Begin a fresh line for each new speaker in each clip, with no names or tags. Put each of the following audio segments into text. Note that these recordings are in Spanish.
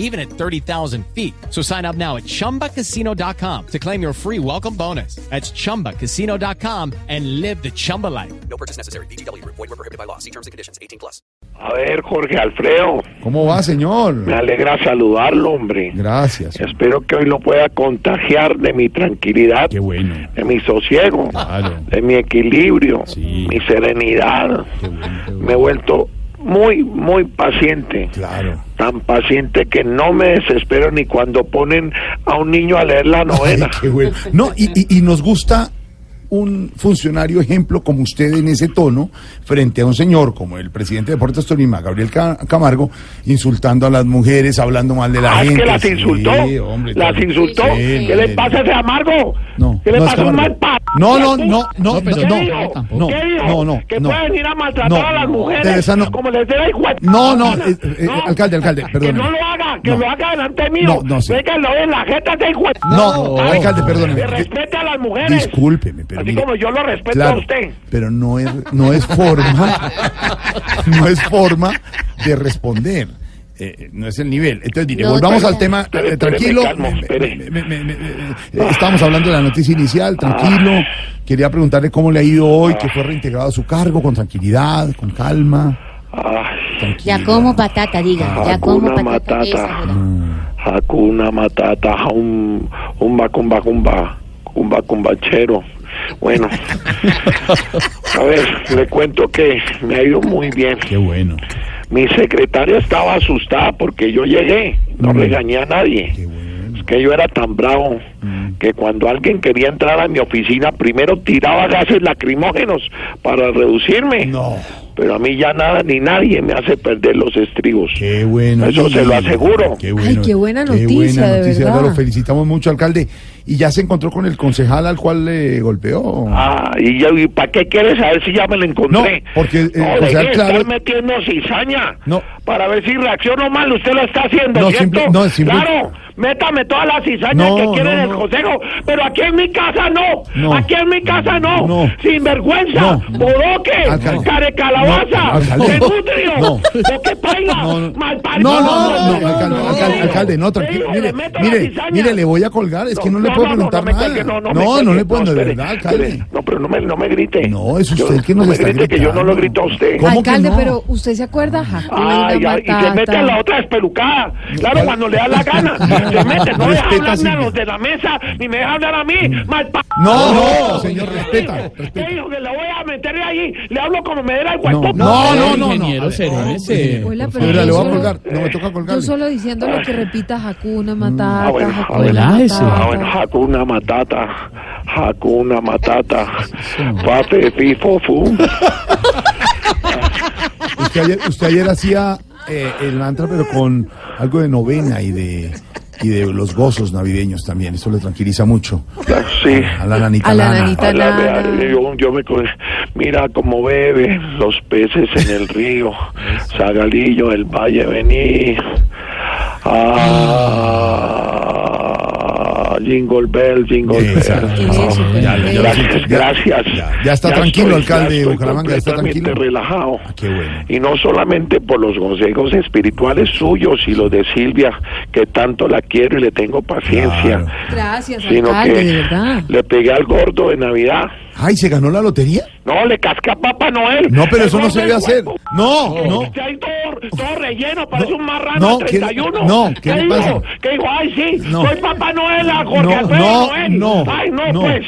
even at 30,000 feet. So sign up now at ChumbaCasino.com to claim your free welcome bonus. That's ChumbaCasino.com and live the Chumba life.
No purchase necessary. BGW. Void were prohibited by law. See terms and conditions. 18 plus.
A ver, Jorge Alfredo,
¿Cómo va, señor?
me alegra saludarlo, hombre.
Gracias.
Espero que hoy lo pueda contagiar de mi tranquilidad,
Qué bueno.
de mi sosiego,
Claro.
de mi equilibrio,
Sí.
mi serenidad.
Qué bueno, qué
Me he
bueno.
vuelto muy, muy paciente.
Claro.
Tan paciente que no me desespero ni cuando ponen a un niño a leer la novela.
Qué bueno. No, y, y- y nos gusta un funcionario ejemplo como usted en ese tono frente a un señor como el presidente de Deportes Tolima, Gabriel Ca- Camargo, insultando a las mujeres, hablando mal de la
Ah, es
gente.
que las
Sí,
insultó.
hombre,
las
claro.
insultó.
Sí,
¿Qué le
madre.
pasa a ese amargo?
No,
¿Qué le
no es
pasa a un mal
Camargo.
padre?
No, no, no, no,
¿Qué
no,
dijo?
tampoco.
¿Qué dijo?
No, no,
Que
no.
pueden ir a maltratar
No,
a las
no,
mujeres.
Teresa, no.
Como les dé la hijo-
No, no, eh, eh,
No.
alcalde, alcalde,
Que
perdón.
no lo haga, que
No.
lo haga delante mío.
No, no, sí.
Venga, lo en la jeta de hijo.
No, eh,
Ay,
alcalde, perdóneme.
Que respete a las mujeres.
Discúlpeme, pero
Así
mire,
como yo lo respeto a usted.
Pero no es, no es forma, no es forma de responder. Eh, eh, no es el nivel. Entonces, mire,
No,
volvamos
espere.
al tema. eh,
Espere, espere,
tranquilo.
me calmo, espere.
Me- me- me- me- eh, estábamos hablando de la noticia inicial. Tranquilo. Quería preguntarle cómo le ha ido hoy, que fue reintegrado a su cargo con tranquilidad, con calma.
Ay,
Ya como patata, diga. Ya como
Hakuna
patata. esa,
Ah, Matata.
joda.
Ah,
Hakuna Matata, un, un vacumba cumba, cumba cumbachero. Bueno, a ver, le cuento que me ha ido muy bien.
Qué bueno.
Mi secretaria estaba asustada porque yo llegué, no
Mm.
regañé a nadie.
Qué bueno.
Es que yo era tan bravo
Mm.
que cuando alguien quería entrar a mi oficina, primero tiraba gases lacrimógenos para reducirme.
No.
Pero a mí ya nada ni nadie me hace perder los estribos.
Qué bueno.
Eso
Y-
se lo aseguro.
bueno.
qué buena noticia, de verdad.
Lo felicitamos mucho, alcalde. Y ya se encontró con el concejal al cual le golpeó.
Ah, y yo, ¿y para qué quieres saber si ya me lo encontré?
No, porque, eh,
no,
o sea,
deje de
claro-
estar metiendo cizaña.
No.
Para ver si reacciono mal, usted lo está haciendo,
No,
¿cierto?
simple- no, simple-
Claro, métame toda la cizaña
No,
que quiere
no,
del
no.
consejo, pero aquí en mi casa no.
No.
Aquí en mi casa no.
No.
Sinvergüenza,
No.
boroque,
Alcalde. No,
carecalabaza,
alcalde.
denutrio,
No.
boque paila,
No, no.
malparido.
No, no, no,
malparido.
alcalde, alcalde, alcalde, no, tranquilo.
Digo, le
Mire,
meto la
mire,
cizaña.
mire, le voy a colgar, es que no le puedo preguntar
me
nada.
cuelgue,
No,
me
no
cuelgue,
le puedo, de
espere,
verdad, alcalde.
espere. No, pero no me, no me grite.
No, es
Yo-
usted que nos
no me
está
grite, que yo no lo grito a usted.
¿Cómo que
Alcalde,
no?
pero usted se acuerda, Hakuna
Ay, ay, y se
Matata.
mete a la otra despelucada. Claro, cuando le da la gana. Se mete, no deja
Respeta,
hablarme a
Silvia.
los de la mesa, ni me deja hablar a mí. Mal pa-
No, no, señor, respeta,
¿Qué
respeta.
dijo? Que le voy a meter ahí. Le hablo como me dé la
No,
guaypopa.
no, no, no.
ingeniero,
no.
será
No,
ese,
ingeniero.
Hola,
Por
pero
favor, le
yo
voy Eh, a
solo-
colgar, no me toca colgar.
Yo solo diciéndole que repita Hakuna Matata.
Ah, bueno,
Hakuna
ah, bueno.
Relájese.
Ah, bueno,
Matata.
Hakuna Matata. Hakuna Matata. Pape, pifo, fu.
Usted ayer, usted ayer hacía eh, el mantra, pero con algo de novena y de y de los gozos navideños también. Eso le tranquiliza mucho.
Sí.
A la nanita.
A la
Lana.
nanita.
A la-
Nada.
a- yo, yo me co- mira cómo beben los peces en el río Zagalillo el Valle Vení ah, Jingle Bell Jingle
Sí, exacto.
Bell
Eso,
Ah, ya, ya, ya,
perfecto.
Gracias,
ya.
gracias.
Ya, ya está tranquilo,
estoy-
alcalde
ya
de
estoy
Bucaramanga, está
completamente
tranquilo.
relajado.
Ah, qué bueno.
Y no solamente por los consejos espirituales suyos y los de Silvia, que tanto la quiero y le tengo paciencia,
Claro.
Gracias,
sino
alcalde, de verdad.
que le pegué al gordo de Navidad.
Ay, ¿se ganó la lotería?
No, le casca a Papá Noel.
No, pero eso no
Gordo
se debe
del
hacer.
huevo.
No, no.
Está ahí todo, todo relleno, parece un marrano
no,
de
¿qué le-
31.
no, ¿qué le
dijo?
pasa?
¿Qué dijo? Ay, sí,
No.
soy Papá Noel, a Jorge
No,
Alfredo
no,
Noel.
no.
Ay, no,
no.
pues.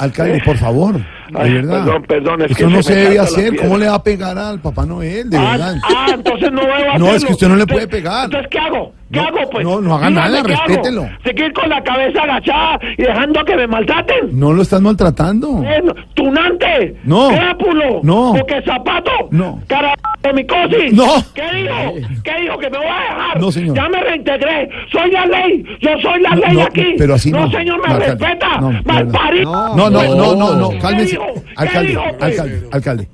Alcalde, por favor. De
Ay,
verdad.
perdón, perdón, es
Eso
que se
no se
me
debe
cansa la
hacer.
piel.
¿Cómo le va a pegar al Papá Noel? De
Ah,
verdad.
ah, entonces no debo hacerlo.
No, es que usted no le puede
Entonces-
pegar.
Entonces, ¿qué hago? ¿Qué
No,
hago, pues?
no, no haga
Dígame,
nada,
¿qué hago?
respételo.
¿Seguir con la cabeza agachada y dejando que me maltraten?
No lo están maltratando.
Eh, no, tunante,
No.
crápulo,
No.
porque zapato,
No.
cara de micosis.
No. Eh.
¿Qué dijo? ¿Qué dijo? Que me voy a dejar.
No, señor.
Ya me reintegré. Soy la ley. Yo soy la
No,
ley
no,
aquí.
pero así no.
señor, me
No, alcalde.
respeta.
No,
mal
no,
parido.
No, no, no, no, no,
¿Qué
cálmese.
dijo? ¿Qué
Alcalde,
dijo, pues?
alcalde, alcalde.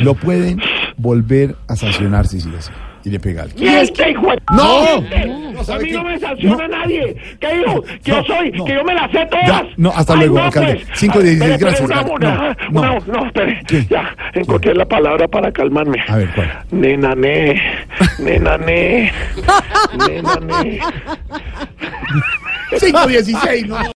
Lo pueden volver a sancionar si sigue así. Y le pega al
Y este hijo de-
¡No!
¡Miente!
No,
a
¿sabe
mí no
qué?
me sanciona
No.
nadie. ¿Qué dijo? Que
No,
yo soy,
no.
que yo me la sé todas. pues.
Ya, no, hasta luego, alcalde. Cinco
Ay,
de
espere,
diez,
espere,
gracias,
una, una,
no,
una,
no.
no, espere.
¿Qué?
Ya, encontré la palabra para calmarme.
A ver, ¿cuál?
Nena, ne, nena, ne, nena, ne.
5-16, ¿no?